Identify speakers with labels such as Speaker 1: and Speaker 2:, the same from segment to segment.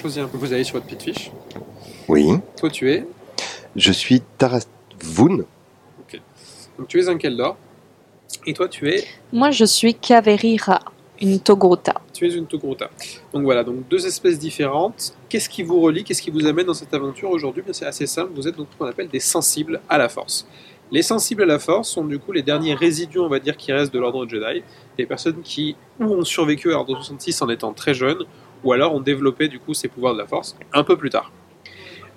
Speaker 1: Choisis un peu. Vous allez sur votre petite fiche.
Speaker 2: Oui.
Speaker 1: Toi, tu es.
Speaker 2: Je suis Tarasvoun.
Speaker 1: Donc, tu es un Keldor. Et toi, tu es.
Speaker 3: Moi, je suis Kaverira, une Togota.
Speaker 1: Tu es une Togrota. Donc voilà, donc deux espèces différentes. Qu'est-ce qui vous relie Qu'est-ce qui vous amène dans cette aventure aujourd'hui Bien, C'est assez simple. Vous êtes donc ce qu'on appelle des sensibles à la force. Les sensibles à la force sont du coup les derniers résidus, on va dire, qui restent de l'ordre Jedi. Des personnes qui ou ont survécu à l'ordre 66 en étant très jeunes, ou alors ont développé du coup ces pouvoirs de la force un peu plus tard.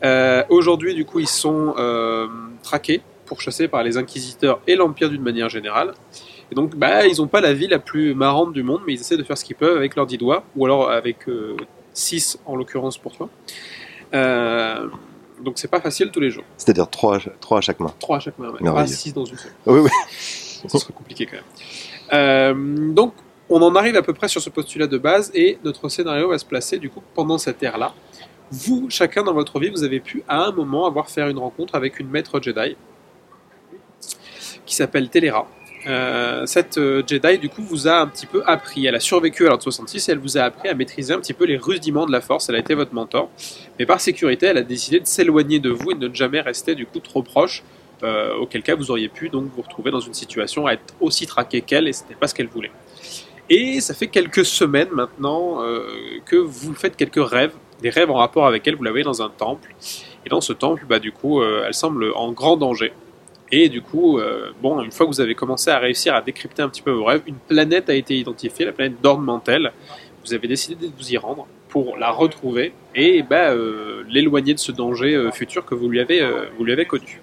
Speaker 1: Euh, aujourd'hui, du coup, ils sont euh, traqués, pourchassés par les inquisiteurs et l'Empire d'une manière générale. Et donc, bah, ils n'ont pas la vie la plus marrante du monde, mais ils essaient de faire ce qu'ils peuvent avec leurs dix doigts, ou alors avec 6 en l'occurrence pour toi. Euh, donc, c'est pas facile tous les jours.
Speaker 2: C'est-à-dire trois, à cha- trois à chaque main.
Speaker 1: 3 à chaque main, ouais.
Speaker 2: Merveilleux.
Speaker 1: pas 6 dans une seule.
Speaker 2: Oui, oui.
Speaker 1: Ce serait compliqué quand même. Euh, donc, on en arrive à peu près sur ce postulat de base et notre scénario va se placer du coup pendant cette ère-là. Vous, chacun dans votre vie, vous avez pu à un moment avoir faire une rencontre avec une maître Jedi qui s'appelle Telera. Euh, cette euh, Jedi, du coup, vous a un petit peu appris. Elle a survécu à l'ordre 66 et elle vous a appris à maîtriser un petit peu les rudiments de la force. Elle a été votre mentor. Mais par sécurité, elle a décidé de s'éloigner de vous et de ne jamais rester, du coup, trop proche euh, auquel cas vous auriez pu donc vous retrouver dans une situation à être aussi traqué qu'elle et c'était pas ce qu'elle voulait. Et ça fait quelques semaines maintenant euh, que vous faites quelques rêves, des rêves en rapport avec elle. Vous la voyez dans un temple et dans ce temple, bah du coup, euh, elle semble en grand danger. Et du coup, euh, bon, une fois que vous avez commencé à réussir à décrypter un petit peu vos rêves, une planète a été identifiée, la planète d'Ornementel. Vous avez décidé de vous y rendre pour la retrouver et bah, euh, l'éloigner de ce danger euh, futur que vous lui avez, euh, vous lui avez connu.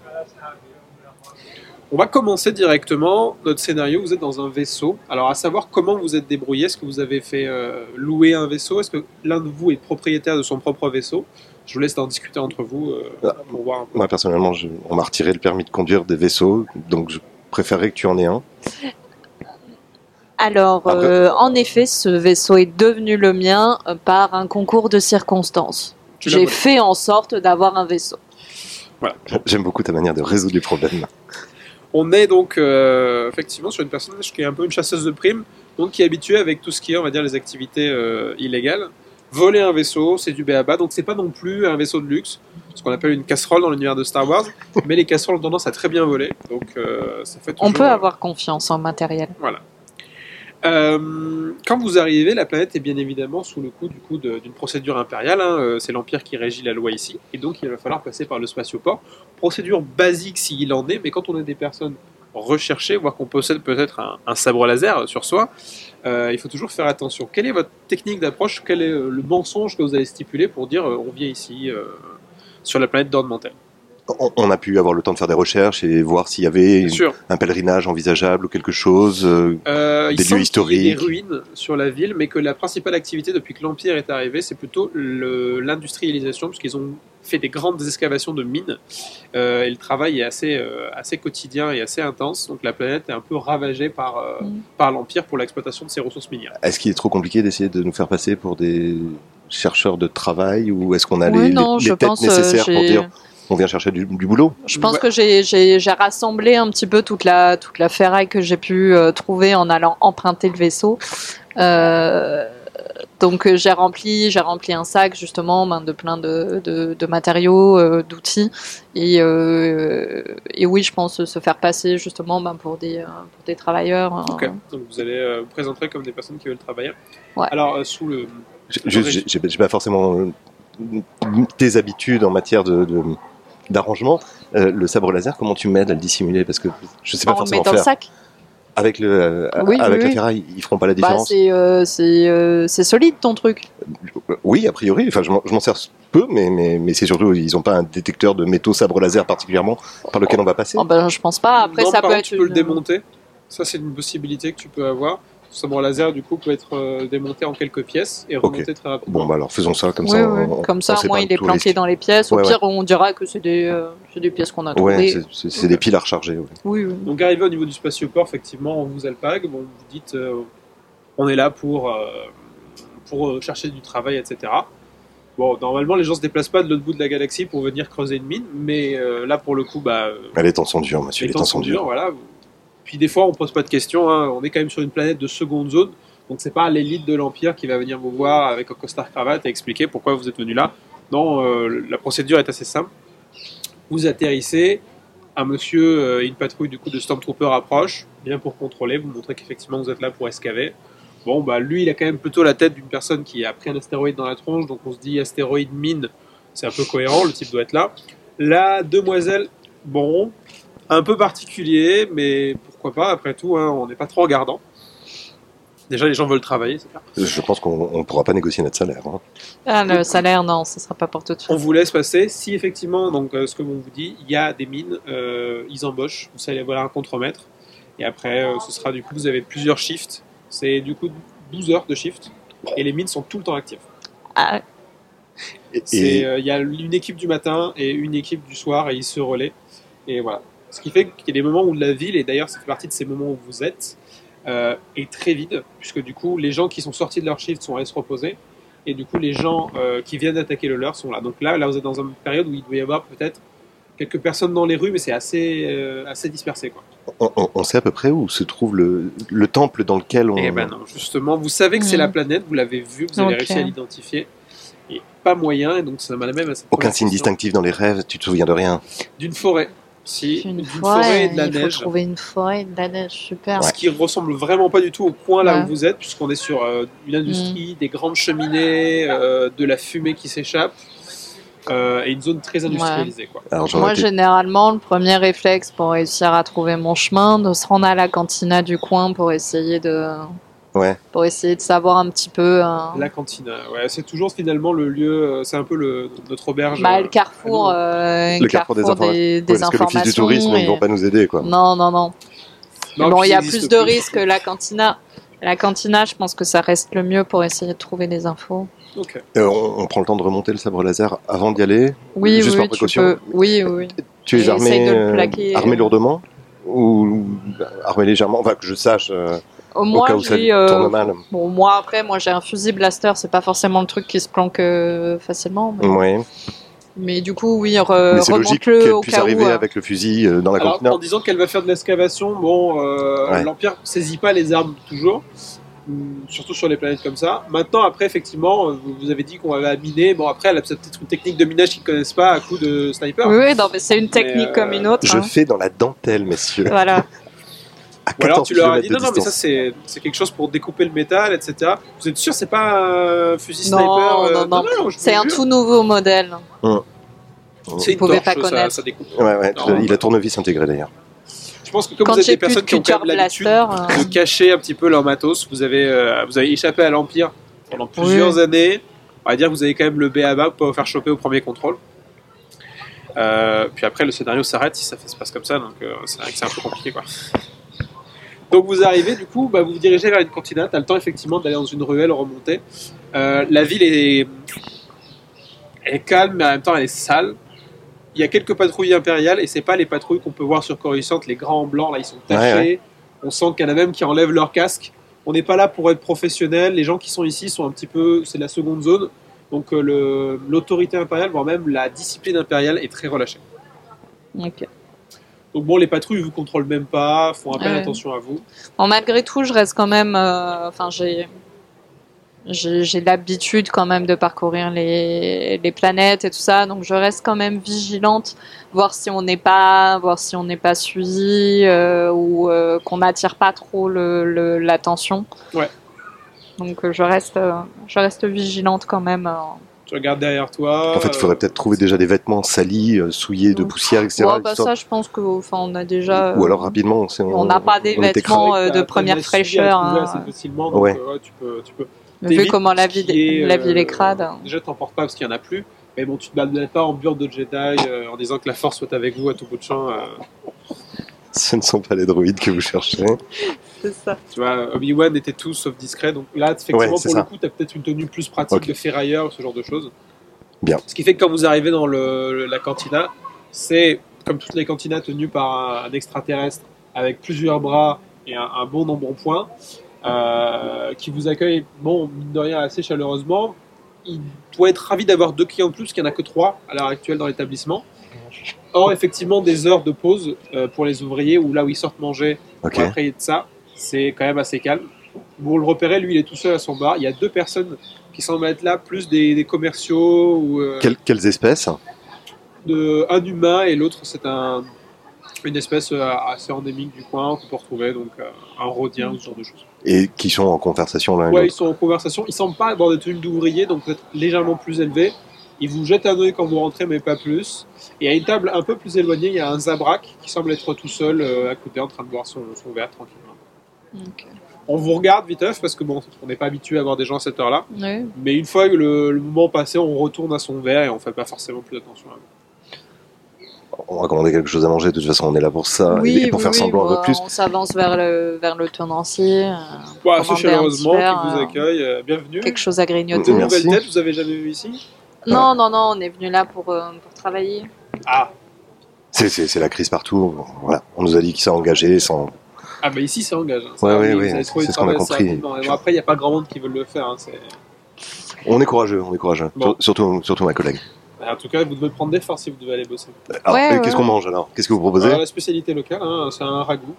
Speaker 1: On va commencer directement notre scénario. Vous êtes dans un vaisseau. Alors, à savoir comment vous êtes débrouillé. Est-ce que vous avez fait euh, louer un vaisseau Est-ce que l'un de vous est propriétaire de son propre vaisseau Je vous laisse en discuter entre vous euh,
Speaker 2: Ah.
Speaker 1: pour voir un peu.
Speaker 2: Moi, personnellement, je- on m'a retiré le permis de conduire des vaisseaux, donc je préférerais que tu en aies un.
Speaker 3: Alors,
Speaker 2: Après-
Speaker 3: euh, en effet, ce vaisseau est devenu le mien euh, par un concours de circonstances.
Speaker 1: Tu l'as
Speaker 3: J'ai
Speaker 1: volé.
Speaker 3: fait en sorte d'avoir un vaisseau.
Speaker 2: J'aime beaucoup ta manière de résoudre les problèmes.
Speaker 1: On est donc euh, effectivement sur une personne qui est un peu une chasseuse de primes, donc qui est habituée avec tout ce qui est, on va dire, les activités euh, illégales. Voler un vaisseau, c'est du béaba, donc c'est pas non plus un vaisseau de luxe, ce qu'on appelle une casserole dans l'univers de Star Wars, mais les casseroles ont tendance à très bien voler, donc euh, ça fait
Speaker 3: On
Speaker 1: toujours,
Speaker 3: peut
Speaker 1: euh,
Speaker 3: avoir confiance en matériel.
Speaker 1: Euh, quand vous arrivez, la planète est bien évidemment sous le coup du coup de- d'une procédure impériale. hein, euh, c'est l'empire qui régit la loi ici, et donc il va falloir passer par le spatioport. Procédure basique s'il en est, mais quand on est des personnes recherchées, voire qu'on possède peut-être un, un sabre laser sur soi, euh, il faut toujours faire attention. Quelle est votre technique d'approche Quel est euh, le mensonge que vous avez stipulé pour dire euh, on vient ici euh, sur la planète d'Ornemental
Speaker 2: On, on a pu avoir le temps de faire des recherches et voir s'il y avait
Speaker 1: Bien
Speaker 2: une-
Speaker 1: sûr.
Speaker 2: un pèlerinage envisageable ou quelque chose. euh,
Speaker 1: Euh, il
Speaker 2: Des
Speaker 1: semble
Speaker 2: lieux
Speaker 1: qu'il y ait Des
Speaker 2: historiques.
Speaker 1: ruines sur la ville, mais que la principale activité depuis que l'Empire est arrivé, c'est plutôt le- l'industrialisation, puisqu'ils ont fait des grandes excavations de mines. Euh, et le travail est assez, euh, assez quotidien et assez intense. Donc la planète est un peu ravagée par, euh,
Speaker 3: Mm.
Speaker 1: par l'Empire pour l'exploitation de ses ressources minières.
Speaker 2: Est-ce qu'il est trop compliqué d'essayer de nous faire passer pour des chercheurs de travail ou est-ce qu'on a les,
Speaker 3: Ouais, non,
Speaker 2: les-
Speaker 3: je
Speaker 2: les têtes
Speaker 3: pense, euh,
Speaker 2: nécessaires pour
Speaker 3: j'ai-
Speaker 2: dire on vient chercher du, du boulot
Speaker 3: Je pense
Speaker 1: Ouais.
Speaker 3: que j'ai- j'ai j'ai rassemblé un petit peu toute la, toute la ferraille que j'ai pu euh, trouver en allant emprunter le vaisseau. Euh, donc euh, j'ai rempli, j'ai rempli un sac justement ben, de plein de, de, de matériaux, euh, d'outils. Et, euh, et oui, je pense se faire passer justement ben, pour, des, euh, pour des travailleurs. hein.
Speaker 1: Ok. Donc vous allez euh, vous présenter comme des personnes qui veulent travailler.
Speaker 3: Ouais.
Speaker 1: Alors euh, sous le...
Speaker 2: J'ai- Juste, j'ai- j'ai j'ai pas forcément euh, tes habitudes en matière de. de- d'arrangement, Euh, le sabre laser, comment tu m'aides à le dissimuler Parce que je sais pas
Speaker 3: On le met
Speaker 2: forcément
Speaker 3: dans le
Speaker 2: faire.
Speaker 3: sac.
Speaker 2: Avec le, euh,
Speaker 3: Oui,
Speaker 2: avec
Speaker 3: oui,
Speaker 2: la
Speaker 3: oui.
Speaker 2: ferraille, ils feront pas la
Speaker 3: Bah,
Speaker 2: différence.
Speaker 3: c'est euh, c'est, euh, c'est solide ton truc.
Speaker 2: Euh, oui, a priori. Enfin, je m'en- je m'en sers peu, mais mais, mais c'est surtout ils ont pas un détecteur de métaux sabre laser particulièrement par lequel on va
Speaker 1: Ah,
Speaker 2: passer.
Speaker 3: Oh,
Speaker 1: bah,
Speaker 3: ben, je pense pas. Après
Speaker 1: Non,
Speaker 3: ça
Speaker 1: par
Speaker 3: peut
Speaker 1: contre,
Speaker 3: être.
Speaker 1: tu peux le
Speaker 3: une- euh,
Speaker 1: démonter. Ça, c'est une possibilité que tu peux avoir. Le sabre laser, du coup, peut être euh, démonté en quelques pièces et remonté très rapidement.
Speaker 2: Bon, bah alors faisons ça comme
Speaker 3: Oui,
Speaker 2: ça.
Speaker 3: oui.
Speaker 2: on-
Speaker 3: Comme
Speaker 2: on
Speaker 3: ça, au
Speaker 2: sépare
Speaker 3: moins, il est
Speaker 2: tous les
Speaker 3: planqué
Speaker 2: risques.
Speaker 3: dans les pièces.
Speaker 2: Ouais,
Speaker 3: au
Speaker 2: ouais.
Speaker 3: pire, on dira que c'est des, euh, c'est des pièces qu'on
Speaker 2: Ouais,
Speaker 3: a trouvées.
Speaker 2: c'est- c'est c'est des piles à recharger. ouais.
Speaker 3: oui, oui.
Speaker 1: Donc arrivé au niveau du spatioport, effectivement, on vous alpague, bon, vous dites euh, on est là pour, euh, pour euh, chercher du travail, etc. Bon, normalement, les gens se déplacent pas de l'autre bout de la galaxie pour venir creuser une mine, mais euh, là, pour le coup, bah, euh,
Speaker 2: Ah, les temps sont durs, monsieur.
Speaker 1: les temps sont
Speaker 2: durs.
Speaker 1: durs, voilà. Puis des fois, on pose pas de questions, hein. on est quand même sur une planète de seconde zone, Donc c'est pas l'élite de l'Empire qui va venir vous voir avec un costard cravate et expliquer pourquoi vous êtes venu là. Non, euh, la procédure est assez simple. Vous atterrissez, un monsieur, euh, une patrouille du coup de Stormtrooper approche, bien pour contrôler, vous montrer qu'effectivement vous êtes là pour escaver. Bon, bah lui, il a quand même plutôt la tête d'une personne qui a pris un astéroïde dans la tronche, donc on se dit astéroïde mine, c'est un peu cohérent, le type doit être là. La demoiselle, bon, un peu particulier, mais pourquoi pas, après tout, hein, on n'est pas trop regardant. Déjà, les gens veulent travailler, c'est clair.
Speaker 2: Je pense qu'on ne pourra pas négocier notre salaire. hein.
Speaker 3: Ah, le salaire, non, ce sera pas pour tout de
Speaker 1: On
Speaker 3: suite.
Speaker 1: vous laisse passer. Si effectivement, donc euh, ce que l'on vous dit, il y a des mines, euh, ils embauchent. Vous allez avoir un contremaître. Et après, euh, ce sera du coup, vous avez plusieurs shifts. C'est du coup 12 heures de shift. Et les mines sont tout le temps actives.
Speaker 3: Ah,
Speaker 2: Et-
Speaker 1: C'est, euh, Il y a une équipe du matin et une équipe du soir et ils se relaient. Et voilà. Ce qui fait qu'il y a des moments où la ville, et d'ailleurs ça fait partie de ces moments où vous êtes, euh, est très vide, puisque du coup les gens qui sont sortis de leur shift sont allés se reposer, et du coup les gens euh, qui viennent d'attaquer le leur sont là. Donc là, là vous êtes dans une période où il doit y avoir peut-être quelques personnes dans les rues, mais c'est assez, euh, assez dispersé. Quoi.
Speaker 2: on, on- on sait à peu près où se trouve le, le temple dans lequel on.
Speaker 1: Et ben non, justement, vous savez que c'est
Speaker 3: Mhm.
Speaker 1: la planète, vous l'avez vu, vous avez
Speaker 3: Ok.
Speaker 1: réussi à l'identifier, et pas moyen, et donc ça m'a même à cette
Speaker 2: Aucun
Speaker 1: première question.
Speaker 2: signe distinctif dans les rêves, tu te souviens de rien.
Speaker 1: D'une forêt. Si,
Speaker 3: une
Speaker 1: d'une
Speaker 3: forêt,
Speaker 1: forêt et de la
Speaker 3: il
Speaker 1: neige.
Speaker 3: faut trouver une forêt et de la neige, super.
Speaker 1: Ce qui ressemble vraiment pas du tout au coin là
Speaker 3: Ouais. Mm.
Speaker 1: où vous êtes, puisqu'on est sur euh, une industrie, des grandes cheminées, euh, de la fumée qui s'échappe, euh, et une zone très industrialisée. Quoi.
Speaker 2: Alors, j'aurais
Speaker 3: Moi,
Speaker 2: pu-
Speaker 3: généralement, le premier réflexe pour réussir à trouver mon chemin, de se rendre à la cantina du coin pour essayer de,
Speaker 2: Ouais.
Speaker 3: pour essayer de savoir un petit peu. hein.
Speaker 1: La cantina, ouais, c'est toujours finalement le lieu, euh, c'est un peu le, notre auberge.
Speaker 3: Bah, le
Speaker 1: euh,
Speaker 3: carrefour, euh,
Speaker 2: Le carrefour des informa-
Speaker 3: des, des
Speaker 2: Ouais, parce que l'office du
Speaker 3: informations
Speaker 2: tourisme,
Speaker 3: et-
Speaker 2: ils vont pas nous aider, quoi.
Speaker 3: Non, non, non.
Speaker 1: non,
Speaker 3: bon,
Speaker 1: qui
Speaker 3: il y a
Speaker 1: n'existe
Speaker 3: plus de risques que la cantina. La cantina, je pense que ça reste le mieux pour essayer de trouver des infos.
Speaker 1: Ok.
Speaker 2: Euh, on, on prend le temps de remonter le sabre laser avant d'y aller.
Speaker 3: Oui,
Speaker 2: Juste
Speaker 3: oui,
Speaker 2: par
Speaker 3: tu
Speaker 2: précaution.
Speaker 3: peux. Oui, oui.
Speaker 2: Tu es
Speaker 3: Et essaye
Speaker 2: armé,
Speaker 3: de le
Speaker 2: euh,
Speaker 3: plaquer,
Speaker 2: armé
Speaker 3: euh.
Speaker 2: lourdement ou euh, armé légèrement, enfin que je sache euh,
Speaker 3: Au
Speaker 2: au
Speaker 3: moins,
Speaker 2: cas où ça
Speaker 3: j'ai. euh,
Speaker 2: tourne mal.
Speaker 3: Bon, moi, après, moi, j'ai un fusil blaster. C'est pas forcément le truc qui se planque euh, facilement. Mais...
Speaker 2: Ouais.
Speaker 3: mais du coup, oui, re-
Speaker 2: Mais c'est logique
Speaker 3: euh, remonte-le
Speaker 2: qu'elle
Speaker 3: au
Speaker 2: puisse
Speaker 3: cas où.
Speaker 2: arriver
Speaker 3: euh,
Speaker 2: avec le fusil euh, dans la
Speaker 1: Alors,
Speaker 2: cantina.
Speaker 1: en disant qu'elle va faire de l'excavation, bon, euh,
Speaker 2: Ouais.
Speaker 1: l'Empire saisit pas les armes toujours, hum, surtout sur les planètes comme ça. Maintenant, après, effectivement, euh, vous vous avez dit qu'on avait à miner. Bon, après, elle a peut-être une technique de minage qu'ils connaissent pas à coup de sniper.
Speaker 3: Oui, oui, non, mais c'est une technique
Speaker 1: euh,
Speaker 3: comme une autre.
Speaker 2: Je
Speaker 3: hein.
Speaker 2: fais dans la dentelle, messieurs.
Speaker 3: Voilà.
Speaker 2: À
Speaker 1: Ou
Speaker 2: 14
Speaker 1: alors tu leur as dit
Speaker 2: kilomètres de
Speaker 1: non, non, mais ça
Speaker 2: distance.
Speaker 1: c'est c'est quelque chose pour découper le métal, etc. Vous êtes sûr c'est pas un fusil
Speaker 3: Non,
Speaker 1: sniper euh,
Speaker 3: non, non.
Speaker 1: je vous
Speaker 3: C'est un
Speaker 1: jure.
Speaker 3: tout nouveau modèle.
Speaker 1: C'est une
Speaker 3: Vous pouvez
Speaker 1: torche,
Speaker 3: pas
Speaker 1: ça-
Speaker 3: connaître.
Speaker 1: ça découpe.
Speaker 2: Ouais, ouais, tout à-
Speaker 1: Non.
Speaker 2: il a tournevis intégré d'ailleurs.
Speaker 1: Je pense que comme
Speaker 3: Quand
Speaker 1: vous êtes
Speaker 3: j'ai
Speaker 1: des
Speaker 3: plus de
Speaker 1: personnes qui ont
Speaker 3: cutter
Speaker 1: quand même l'habitude
Speaker 3: blaster. euh,
Speaker 1: de cacher un petit peu leur matos. Vous avez, euh, vous avez échappé à l'Empire pendant plusieurs années. On va dire que vous avez quand même le BABA pour vous faire choper au premier contrôle. Euh, puis après, le scénario s'arrête si ça fait- se passe comme ça, donc euh, c'est vrai que c'est un peu compliqué. Quoi. Donc vous arrivez, du coup, bah, vous vous dirigez vers une cantina. T'as le temps effectivement d'aller dans une ruelle remonter. Euh, la ville est, elle est calme, mais en même temps elle est sale. Il y a quelques patrouilles impériales et c'est pas les patrouilles qu'on peut voir sur Coruscant, les grands en blanc là, ils sont tachés.
Speaker 2: Ouais,
Speaker 1: On sent qu'il y en a même qui enlèvent leur casque. On n'est pas là pour être professionnel. Les gens qui sont ici sont un petit peu, c'est la seconde zone. Donc euh, le- l'autorité impériale, voire même la discipline impériale, est très relâchée.
Speaker 3: euh, ok.
Speaker 1: Donc bon, les patrouilles vous contrôlent même pas, font à peine
Speaker 3: Ouais.
Speaker 1: attention à vous.
Speaker 3: Bon, malgré tout, je reste quand même. euh, Enfin, j'ai. J'ai j'ai l'habitude quand même de parcourir les, les planètes et tout ça, donc je reste quand même vigilante, voir si on n'est pas, voir si on n'est pas suivi euh, ou euh, qu'on n'attire pas trop le- le- l'attention.
Speaker 1: Ouais.
Speaker 3: Donc euh, je reste, euh, je reste vigilante quand même. euh.
Speaker 1: Tu regardes derrière toi.
Speaker 2: En fait, il faudrait
Speaker 1: euh,
Speaker 2: peut-être trouver déjà des vêtements salis, euh, souillés de
Speaker 3: Mm.
Speaker 2: poussière, etc.
Speaker 3: Bon, bah,
Speaker 2: histoire-
Speaker 3: ça, je pense que, enfin, on a déjà.
Speaker 2: Ou
Speaker 3: euh,
Speaker 2: alors rapidement, on s'est-
Speaker 3: on n'a pas des
Speaker 2: on était
Speaker 1: c'est vrai
Speaker 3: vêtements
Speaker 1: que
Speaker 3: euh,
Speaker 1: t'as-
Speaker 3: de
Speaker 1: t'as
Speaker 3: première
Speaker 1: une SUV à
Speaker 3: fraîcheur.
Speaker 1: trouver
Speaker 3: hein.
Speaker 1: assez facilement, donc,
Speaker 2: Ouais.
Speaker 1: euh, ouais, tu peux, tu peux.
Speaker 3: vu
Speaker 1: t'évites
Speaker 3: comment la
Speaker 1: tout ce
Speaker 3: ville,
Speaker 1: qui est,
Speaker 3: la ville
Speaker 1: euh,
Speaker 3: est crade. hein.
Speaker 1: Déjà, t'en portes pas parce qu'il y en a plus. Mais bon, tu te balades pas en burde de Jedi euh, en disant que la force soit avec vous à tout bout de champ. euh.
Speaker 2: Ce ne sont pas les droïdes que vous cherchez.
Speaker 3: C'est ça.
Speaker 1: tu vois, Obi-Wan était tout sauf discret. Donc là, effectivement,
Speaker 2: Ouais,
Speaker 1: pour
Speaker 2: c'est
Speaker 1: le
Speaker 2: ça.
Speaker 1: coup, t'as peut-être une tenue plus pratique
Speaker 2: Ok.
Speaker 1: de ferrailleur ou ce genre de choses.
Speaker 2: Bien.
Speaker 1: Ce qui fait que quand vous arrivez dans le, la cantina, c'est comme toutes les cantinas tenues par un, un extraterrestre avec plusieurs bras et un, un bon nombre en points euh, qui vous accueille, bon, mine de rien, assez chaleureusement. Il doit être ravi d'avoir deux clients de plus, parce qu'il n'y en a que trois à l'heure actuelle dans l'établissement. Or, effectivement, des heures de pause euh, pour les ouvriers, ou là où ils sortent manger,
Speaker 2: Ok.
Speaker 1: après de ça, c'est quand même assez calme. Vous le repérez, lui, il est tout seul à son bar. Il y a deux personnes qui semblent être là, plus des, des commerciaux ou euh,
Speaker 2: Quelles, quelles espèces
Speaker 1: de- un humain et l'autre, c'est un, une espèce euh, assez endémique du coin qu'on peut retrouver, donc euh, un rhodien ou ce genre de choses.
Speaker 2: et qui sont en conversation l'un et
Speaker 1: Ouais, ils
Speaker 2: l'autre.
Speaker 1: sont en conversation. Ils semblent pas avoir des tenues d'ouvriers, donc peut-être légèrement plus élevés. Ils vous jettent un œil quand vous rentrez, mais pas plus. Et à une table un peu plus éloignée, il y a un zabrak qui semble être tout seul euh, à côté en train de boire son, son verre tranquillement.
Speaker 3: Ok.
Speaker 1: On vous regarde viteuf parce que bon, on n'est pas habitué à voir des gens à cette heure-là.
Speaker 3: Oui.
Speaker 1: Mais une fois que le, le moment passé, on retourne à son verre et on fait pas forcément plus attention à vous.
Speaker 2: On va commander quelque chose à manger. De toute façon, on est là pour ça
Speaker 3: oui,
Speaker 2: Euh, et pour
Speaker 3: oui,
Speaker 2: faire
Speaker 3: oui,
Speaker 2: semblant un
Speaker 3: bah,
Speaker 2: peu plus.
Speaker 3: On s'avance vers le, vers le tenancier. euh,
Speaker 1: Bon, assez
Speaker 3: Commander un
Speaker 1: chaleureusement,
Speaker 3: petit
Speaker 1: qui
Speaker 3: verre,
Speaker 1: vous
Speaker 3: euh,
Speaker 1: accueille. euh, bienvenue.
Speaker 3: quelque chose à grignoter.
Speaker 1: De
Speaker 2: Merci.
Speaker 1: nouvelles têtes, vous avez jamais vu ici
Speaker 2: Ah.
Speaker 3: Non, non, non, on est venu là pour, euh, pour travailler.
Speaker 1: Ah,
Speaker 2: C'est- C'est c'est la crise partout. Voilà. On nous a dit qu'ils s'est engagé sans.
Speaker 1: ah mais ici, ça engage. hein.
Speaker 2: Ouais,
Speaker 1: Ça,
Speaker 2: ouais,
Speaker 1: vous
Speaker 2: ouais,
Speaker 1: allez trouver
Speaker 2: c'est
Speaker 1: du
Speaker 2: ce qu'on a
Speaker 1: travail assez
Speaker 2: compris.
Speaker 1: rapidement. Et bon, après, il n'y a pas grand monde qui veut le faire. hein, c'est-
Speaker 2: On est courageux, on est courageux.
Speaker 1: Bon.
Speaker 2: Sur- Surtout, surtout ma collègue.
Speaker 1: En tout cas, vous devez prendre des forces si vous devez aller bosser.
Speaker 2: Alors,
Speaker 3: Ouais,
Speaker 2: et
Speaker 3: ouais.
Speaker 2: qu'est-ce qu'on mange alors Qu'est-ce que vous proposez
Speaker 1: Alors, la spécialité locale, hein, c'est un ragoût.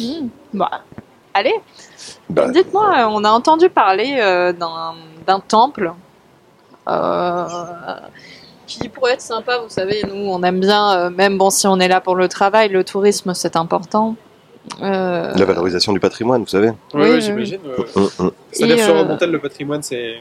Speaker 3: Hmm. Bah, allez,
Speaker 2: Bah,
Speaker 3: dites-moi, on a entendu parler euh, d'un d'un temple euh, qui pourrait être sympa, vous savez, nous on aime bien, euh, même bon si on est là pour le travail, le tourisme c'est important. Euh,
Speaker 2: La valorisation du patrimoine, vous savez.
Speaker 1: Oui,
Speaker 3: Oui,
Speaker 1: oui,
Speaker 3: oui.
Speaker 1: j'imagine. euh,
Speaker 2: Hum, hum.
Speaker 1: C'est-à-dire
Speaker 3: Et,
Speaker 1: sur
Speaker 3: euh,
Speaker 1: Montagne, le patrimoine, c'est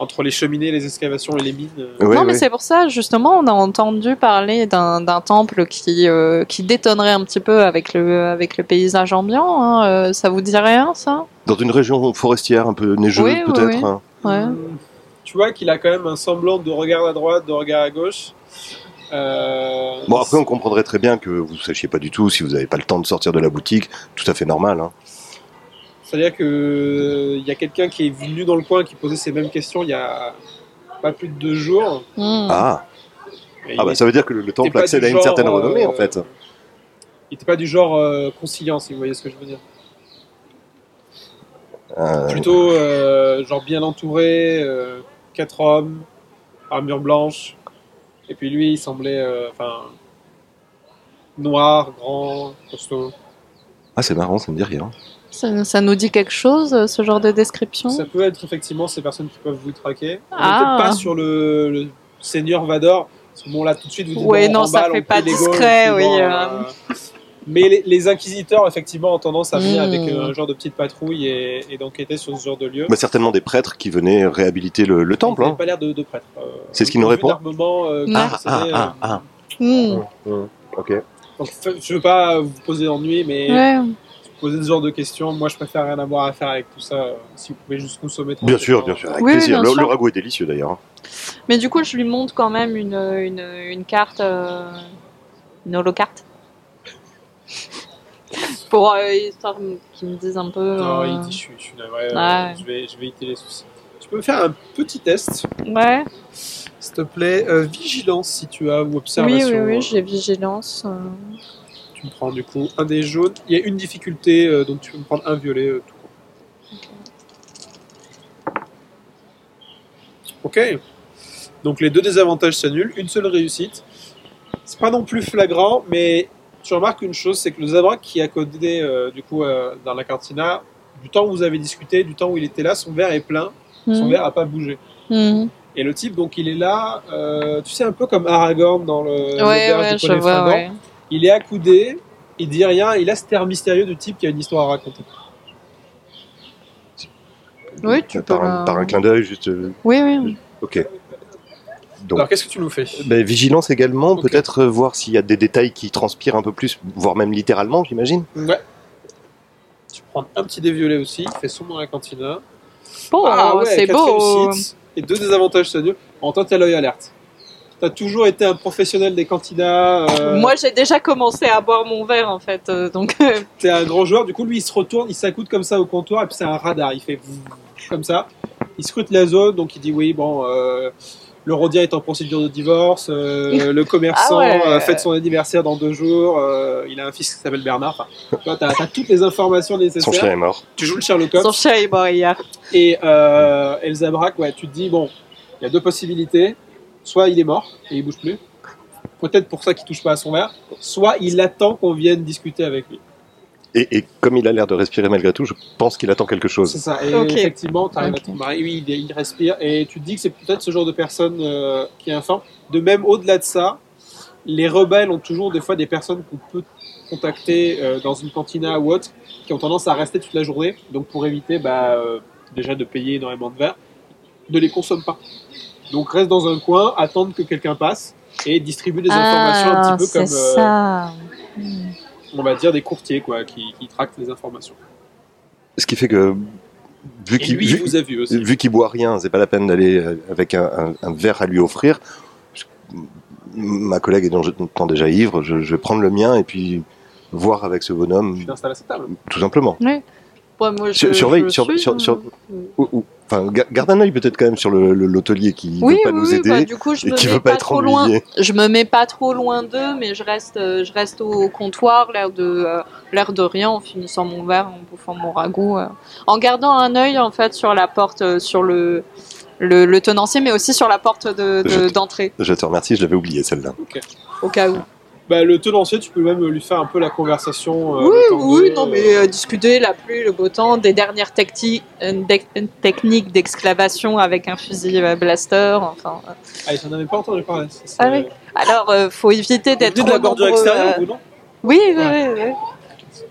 Speaker 1: entre les cheminées, les excavations et les mines. euh,
Speaker 2: Oui,
Speaker 3: non, mais
Speaker 2: oui.
Speaker 3: c'est pour ça, justement, on a entendu parler d'un d'un temple qui, euh, qui détonnerait un petit peu avec le, avec le paysage ambiant. hein, euh, ça vous dit rien, ça
Speaker 2: Dans une région forestière un peu neigeuse,
Speaker 3: Oui, oui,
Speaker 2: peut-être.
Speaker 3: oui.
Speaker 2: hein.
Speaker 3: Ouais.
Speaker 1: Hum, Tu vois qu'il a quand même un semblant de regard à droite, de regard à gauche. Euh,
Speaker 2: Bon, après, on comprendrait très bien que vous ne sachiez pas du tout si vous n'avez pas le temps de sortir de la boutique. Tout à fait normal. hein.
Speaker 1: C'est-à-dire que euh, il y a quelqu'un qui est venu dans le coin qui posait ces mêmes questions il y a pas plus de deux jours.
Speaker 3: Hmm.
Speaker 2: Ah,
Speaker 1: Et
Speaker 2: ah
Speaker 1: il
Speaker 2: bah, ça veut dire que le, le
Speaker 1: était
Speaker 2: temple
Speaker 1: pas
Speaker 2: accède
Speaker 1: du
Speaker 2: à une
Speaker 1: genre,
Speaker 2: certaine
Speaker 1: euh,
Speaker 2: renommée, en fait.
Speaker 1: Il n'était pas du genre euh, conciliant, si vous voyez ce que je veux dire.
Speaker 2: Euh,
Speaker 1: Plutôt euh, genre bien entouré, euh, quatre hommes, armure blanche. Et puis lui, il semblait, euh, enfin, noir, grand, costaud.
Speaker 2: Ah, c'est marrant, ça me dit rien.
Speaker 3: Ça, ça nous dit quelque chose, euh, ce genre de description
Speaker 1: Ça peut être effectivement ces personnes qui peuvent vous traquer. On n'est
Speaker 3: Ah.
Speaker 1: peut-être pas sur le, le seigneur Vador. Parce que bon, là, tout de suite, vous dites
Speaker 3: Ouais,
Speaker 1: bon,
Speaker 3: non,
Speaker 1: en
Speaker 3: ça
Speaker 1: balle,
Speaker 3: fait
Speaker 1: on
Speaker 3: pas
Speaker 1: prie les
Speaker 3: discret,
Speaker 1: gauches, puis
Speaker 3: oui,
Speaker 1: bon,
Speaker 3: euh.
Speaker 1: Mais les, les inquisiteurs, effectivement, ont tendance à venir
Speaker 3: Mm.
Speaker 1: avec euh, un genre de petite patrouille et, et d'enquêter sur ce genre de lieu.
Speaker 2: Bah, certainement des prêtres qui venaient réhabiliter le, le temple.
Speaker 1: Ils n'avaient
Speaker 2: hein.
Speaker 1: pas l'air de, de prêtre. euh.
Speaker 2: C'est ce qui nous répond
Speaker 3: Ah,
Speaker 2: ah, ah, ah.
Speaker 3: Hmm.
Speaker 1: euh.
Speaker 2: Hum, Ok.
Speaker 1: Donc, f- je veux pas vous poser d'ennui, mais
Speaker 3: Ouais.
Speaker 1: poser ce genre de questions, moi, je préfère rien avoir à faire avec tout ça. euh, si vous pouvez juste consommer.
Speaker 2: Bien sûr,
Speaker 1: tranquillement.
Speaker 2: bien sûr, avec
Speaker 3: Oui,
Speaker 2: plaisir.
Speaker 3: bien
Speaker 2: le,
Speaker 3: sûr.
Speaker 2: le ragoût est délicieux d'ailleurs. hein.
Speaker 3: Mais du coup, je lui montre quand même une, une, une carte, euh, une holocarte. Pour euh, histoire qu'ils me disent un peu.
Speaker 1: Non,
Speaker 3: euh,
Speaker 1: il dit je suis, je suis navré, euh,
Speaker 3: Ouais.
Speaker 1: je, vais, je vais éviter les soucis. Tu peux me faire un petit test,
Speaker 3: Ouais,
Speaker 1: s'il te plaît. Euh, vigilance si tu as ou
Speaker 3: oui,
Speaker 1: observation.
Speaker 3: oui, oui,
Speaker 1: Euh,
Speaker 3: j'ai vigilance. euh.
Speaker 1: Tu me prends du coup un des jaunes. Il y a une difficulté, euh, donc tu peux me prendre un violet euh, tout court. Ok. Donc les deux désavantages s'annulent, une seule réussite. C'est pas non plus flagrant, mais tu remarques une chose, c'est que le Zabrak qui a codé euh, du coup euh, dans la cantina, du temps où vous avez discuté, du temps où il était là, son verre est plein, son
Speaker 3: Hmm.
Speaker 1: verre a pas bougé.
Speaker 3: Hmm.
Speaker 1: Et le type, donc il est là, euh, tu sais un peu comme Aragorn dans le
Speaker 3: Ouais,
Speaker 1: l'auberge
Speaker 3: ouais,
Speaker 1: du
Speaker 3: je
Speaker 1: Poney
Speaker 3: vois,
Speaker 1: Fringant.
Speaker 3: ouais.
Speaker 1: Il est accoudé, il dit rien, il a cet air mystérieux du type qui a une histoire à raconter.
Speaker 3: Oui, tu
Speaker 2: par,
Speaker 3: peux
Speaker 2: un,
Speaker 3: la-
Speaker 2: par un clin d'œil, juste. euh,
Speaker 3: Oui, oui.
Speaker 2: Ok. Donc,
Speaker 1: Alors qu'est-ce que tu nous fais
Speaker 2: ben, vigilance également,
Speaker 1: Ah. Ok.
Speaker 2: peut-être euh, voir s'il y a des détails qui transpirent un peu plus, voire même littéralement, j'imagine.
Speaker 1: Euh, Ouais. Tu prends un petit dé violet aussi, il fait sombre à la hein. cantina.
Speaker 3: Bon, Oh,
Speaker 1: Ah
Speaker 3: c'est
Speaker 1: quatre
Speaker 3: beau.
Speaker 1: réussites Et deux désavantages sérieux. En toi, t'as l'œil alerte. T'as toujours été un professionnel des cantinas. euh,
Speaker 3: Moi, j'ai déjà commencé à boire mon verre, en fait. euh, donc, euh,
Speaker 1: T'es un grand joueur, du coup, lui, il se retourne, il s'accoude comme ça au comptoir, et puis c'est un radar. Il fait comme ça. Il scrute la zone, donc il dit oui, bon, euh, le Rhodien est en procédure de divorce, euh, le commerçant
Speaker 3: Ah ouais.
Speaker 1: euh, fête son anniversaire dans deux jours, euh, il a un fils qui s'appelle Bernard. Enfin, tu vois, t'as t'as toutes les informations
Speaker 2: Son chien
Speaker 1: nécessaires.
Speaker 2: est mort.
Speaker 1: Tu joues le Sherlock Holmes.
Speaker 3: son chat est mort hier.
Speaker 1: Et euh, Elsa Braque, ouais, tu te dis, bon, il y a deux possibilités. Soit il est mort et il bouge plus. Peut-être pour ça qu'il touche pas à son verre. Soit il attend qu'on vienne discuter avec lui.
Speaker 2: Et, et comme il a l'air de respirer malgré tout, je pense qu'il attend quelque
Speaker 1: C'est
Speaker 2: chose.
Speaker 1: ça. Et
Speaker 3: Ok.
Speaker 1: effectivement, tu arrives
Speaker 3: Ok.
Speaker 1: à ton mari. Oui, il, il respire. Et tu te dis que c'est peut-être ce genre de personne euh, qui est informe. De même, au-delà de ça, les rebelles ont toujours des fois des personnes qu'on peut contacter euh, dans une cantina ou autre qui ont tendance à rester toute la journée. Donc, pour éviter bah, euh, déjà de payer énormément de verres, ne les consomme pas. Donc, reste dans un coin, attendre que quelqu'un passe et distribue des informations un petit peu
Speaker 3: Ah, c'est
Speaker 1: comme, euh,
Speaker 3: ça. Hmm.
Speaker 1: on va dire, des courtiers quoi, qui, qui tractent les informations.
Speaker 2: Ce qui fait que, vu
Speaker 1: Et
Speaker 2: qu'il
Speaker 1: lui, il
Speaker 2: vu-
Speaker 1: vous a vu aussi.
Speaker 2: vu qu'il boit rien, c'est pas la peine d'aller euh, avec un, un- un verre à lui offrir. Je- ma collègue étant déjà ivre, je, je vais prendre le mien et puis voir avec ce bonhomme,
Speaker 1: Tu t'installes à sa table.
Speaker 2: tout simplement.
Speaker 3: Ouais, moi, je,
Speaker 2: Sur- surveille,
Speaker 3: je
Speaker 2: sur-
Speaker 3: suis,
Speaker 2: sur-
Speaker 3: euh,
Speaker 2: sur-
Speaker 3: euh,
Speaker 2: Ou- ou- Enfin, ga- garde un œil peut-être quand même sur le- le- l'hôtelier qui
Speaker 3: Oui,
Speaker 2: veut pas
Speaker 3: oui,
Speaker 2: nous
Speaker 3: oui,
Speaker 2: aider.
Speaker 3: bah, du coup, je
Speaker 2: et
Speaker 3: me
Speaker 2: qui
Speaker 3: mets
Speaker 2: veut pas
Speaker 3: pas,
Speaker 2: être
Speaker 3: trop loin.
Speaker 2: ennuyé.
Speaker 3: Je me mets pas trop loin d'eux, mais je reste, euh, je reste au comptoir, l'air de, euh, l'air de rien, en finissant mon verre, en bouffant mon ragoût, euh, en gardant un œil en fait sur la porte, euh, sur le, le, le tenancier, mais aussi sur la porte de- de-
Speaker 2: Je-
Speaker 3: d'entrée,
Speaker 2: Je te remercie, je l'avais oublié celle-là.
Speaker 3: au cas où.
Speaker 1: Bah, le tenancier, tu peux même lui faire un peu la conversation. euh,
Speaker 3: oui,
Speaker 1: le temps
Speaker 3: oui,
Speaker 1: de-
Speaker 3: non, mais euh, discuter la pluie, le beau temps, des dernières tecti- euh, dec- techniques d'exclavation avec un fusil euh, blaster, enfin. euh.
Speaker 1: Ah, j'en avais pas entendu parler. ça, c'est-
Speaker 3: Ah oui, Alors, euh, faut éviter
Speaker 1: Vous venez
Speaker 3: d'être trop
Speaker 1: de la bordure
Speaker 3: nombreux,
Speaker 1: extérieure,
Speaker 3: euh,
Speaker 1: vous, non
Speaker 3: Oui, oui,
Speaker 1: Ouais.
Speaker 3: oui, oui.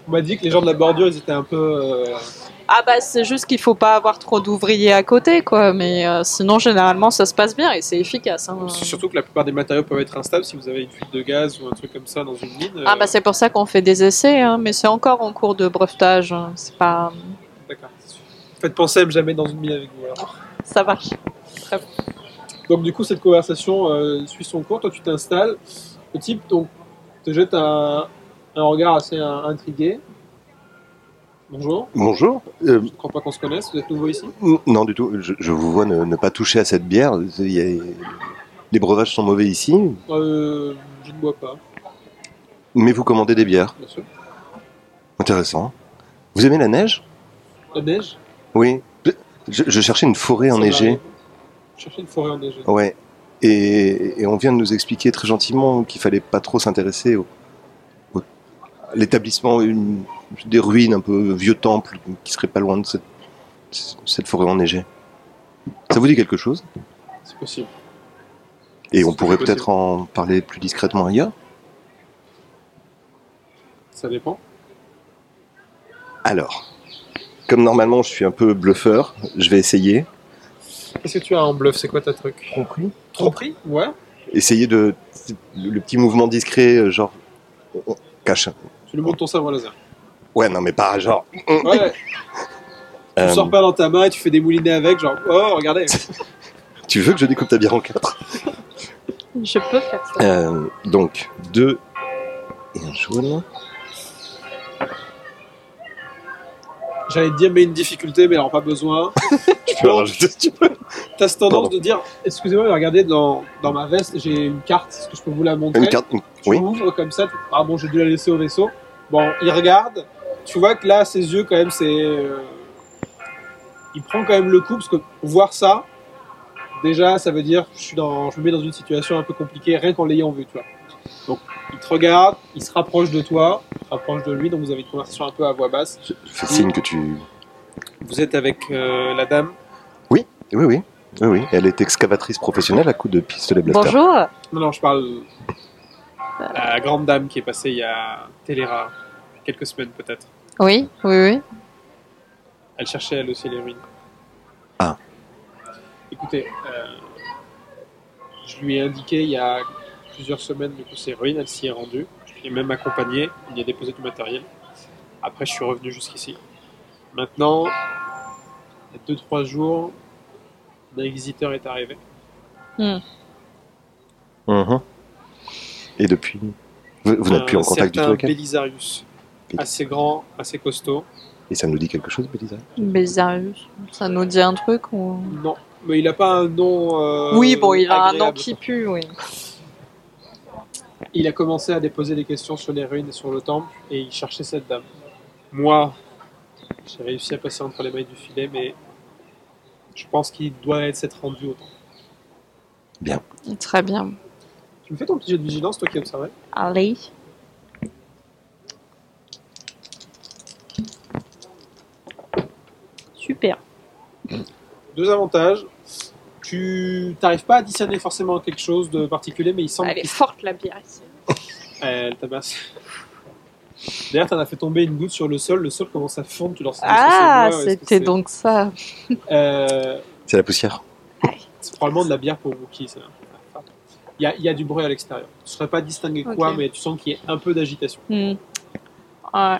Speaker 1: On m'a dit que les gens de la bordure, ils étaient un peu. euh,
Speaker 3: Ah bah c'est juste qu'il faut pas avoir trop d'ouvriers à côté quoi, mais euh, sinon généralement ça se passe bien et c'est efficace. hein.
Speaker 1: C'est surtout que la plupart des matériaux peuvent être instables si vous avez une fuite de gaz ou un truc comme ça dans une mine. euh,
Speaker 3: Ah bah c'est pour ça qu'on fait des essais, hein, mais c'est encore en cours de brevetage, hein, c'est pas...
Speaker 1: D'accord. Faites penser à me jamais dans une mine avec vous. alors.
Speaker 3: ça marche.
Speaker 1: Donc, du coup, cette conversation euh, suit son cours. Toi, tu t'installes. Le type donc, te jette un, un regard assez euh, intrigué. Bonjour.
Speaker 2: Bonjour. Euh,
Speaker 1: Je ne crois pas qu'on se connaisse. Vous êtes nouveau ici
Speaker 2: n- non, du tout. Je, je vous vois ne, ne pas toucher à cette bière. Il y a- les breuvages sont mauvais ici,
Speaker 1: euh, Je ne bois pas,
Speaker 2: mais vous commandez des bières.
Speaker 1: bien sûr.
Speaker 2: Intéressant. Vous aimez la neige
Speaker 1: La neige
Speaker 2: Oui. Je, je cherchais une forêt
Speaker 1: Ça
Speaker 2: enneigée.
Speaker 1: m'arrive. Chercher une forêt enneigée.
Speaker 2: Ouais. Et, et on vient de nous expliquer très gentiment qu'il fallait pas trop s'intéresser au, au- à l'établissement une- des ruines, un peu vieux temple, qui serait pas loin de cette, cette forêt enneigée. Ça vous dit quelque chose
Speaker 1: C'est possible.
Speaker 2: Et on
Speaker 1: C'est
Speaker 2: pourrait
Speaker 1: possible.
Speaker 2: peut-être en parler plus discrètement ailleurs
Speaker 1: Ça dépend.
Speaker 2: Alors, comme normalement je suis un peu bluffeur, je vais essayer.
Speaker 1: Qu'est-ce que tu as en bluff C'est quoi ta truc
Speaker 2: Compris
Speaker 1: Tromperie Ouais.
Speaker 2: Essayer de... Le petit mouvement discret, euh, genre... on- on Cache.
Speaker 1: Tu lui montres ton sabre laser.
Speaker 2: Ouais, non mais pas genre...
Speaker 1: Ouais. tu
Speaker 2: Mm. euh,
Speaker 1: sors pas dans ta main et tu fais des moulinets avec, genre, oh, regardez.
Speaker 2: tu veux que je découpe ta bière en quatre
Speaker 3: Je peux faire ça.
Speaker 2: Euh, donc, deux et un jaune.
Speaker 1: J'allais te dire, mais une difficulté, mais alors pas besoin.
Speaker 2: Tu peux en rajouter si tu veux.
Speaker 1: T'as cette tendance
Speaker 2: Pardon.
Speaker 1: de dire, excusez-moi, mais regardez, dans, dans ma veste, j'ai une carte. Est-ce que je peux vous la montrer
Speaker 2: Une carte. une-
Speaker 1: Tu
Speaker 2: oui.
Speaker 1: ouvres comme ça. tu- Ah bon, j'ai dû la laisser au vaisseau. Bon, il regarde. Tu vois que là, ses yeux, quand même, c'est. euh, Il prend quand même le coup, parce que voir ça, déjà, ça veut dire que je, suis dans... je me mets dans une situation un peu compliquée, rien qu'en l'ayant vu, tu vois. Donc, il te regarde, il se rapproche de toi, il se rapproche de lui, donc vous avez une conversation un peu à voix basse.
Speaker 2: Je je fais signe que tu.
Speaker 1: Vous êtes avec euh, la dame
Speaker 2: Oui, oui. Oui, oui. Elle est excavatrice professionnelle à coups de pistolet blaster.
Speaker 3: Bonjour,
Speaker 1: Non, non, je parle. La grande dame qui est passée il y a Téléra, quelques semaines peut-être.
Speaker 3: oui, oui, oui.
Speaker 1: Elle cherchait elle aussi les ruines.
Speaker 2: Ah.
Speaker 1: Écoutez, euh, je lui ai indiqué il y a plusieurs semaines du coup ces ruines, elle s'y est rendue. Je l'ai même accompagné, il y a déposé du matériel. Après, je suis revenu jusqu'ici. Maintenant, il y a 2-3 jours, un inquisiteur est arrivé.
Speaker 2: Mhm. Euh, Et depuis. Vous, vous n'êtes plus en
Speaker 1: Un
Speaker 2: contact du tout
Speaker 1: certain
Speaker 2: avec elle
Speaker 1: Belisarius,
Speaker 2: Bélis-
Speaker 1: assez grand, assez costaud.
Speaker 2: Et ça nous dit quelque chose, Bélisa
Speaker 3: Bézarius, ça nous dit un truc ou...
Speaker 1: Non, mais il n'a pas un nom. euh,
Speaker 3: Oui, bon, il a un nom
Speaker 1: agréable.
Speaker 3: qui pue, oui.
Speaker 1: Il a commencé à déposer des questions sur les ruines et sur le temple, et il cherchait cette dame. Moi, j'ai réussi à passer entre les mailles du filet, mais je pense qu'il doit être s'être rendu au temple.
Speaker 3: Très bien.
Speaker 1: Tu me fais ton petit jeu de vigilance, toi qui observais
Speaker 3: Allez. Super.
Speaker 1: Deux avantages. Tu n'arrives pas à discerner forcément quelque chose de particulier, mais il semble
Speaker 3: Elle est forte la bière ici.
Speaker 1: qu'il- Elle tabasse. Eh, D'ailleurs, t'en as fait tomber une goutte sur le sol, le sol commence à fondre, tu leur sens
Speaker 3: Ah,
Speaker 1: est-ce que c'est
Speaker 3: c'était
Speaker 1: moi,
Speaker 3: donc ça.
Speaker 1: est-ce que c'est- Euh,
Speaker 2: C'est la poussière.
Speaker 1: C'est probablement de la bière pour Wookie, ça. Il y, a, il y a du bruit à l'extérieur. Tu ne saurais pas distinguer quoi,
Speaker 3: Ok.
Speaker 1: mais tu sens qu'il y a un peu d'agitation.
Speaker 3: Hmm. Ouais.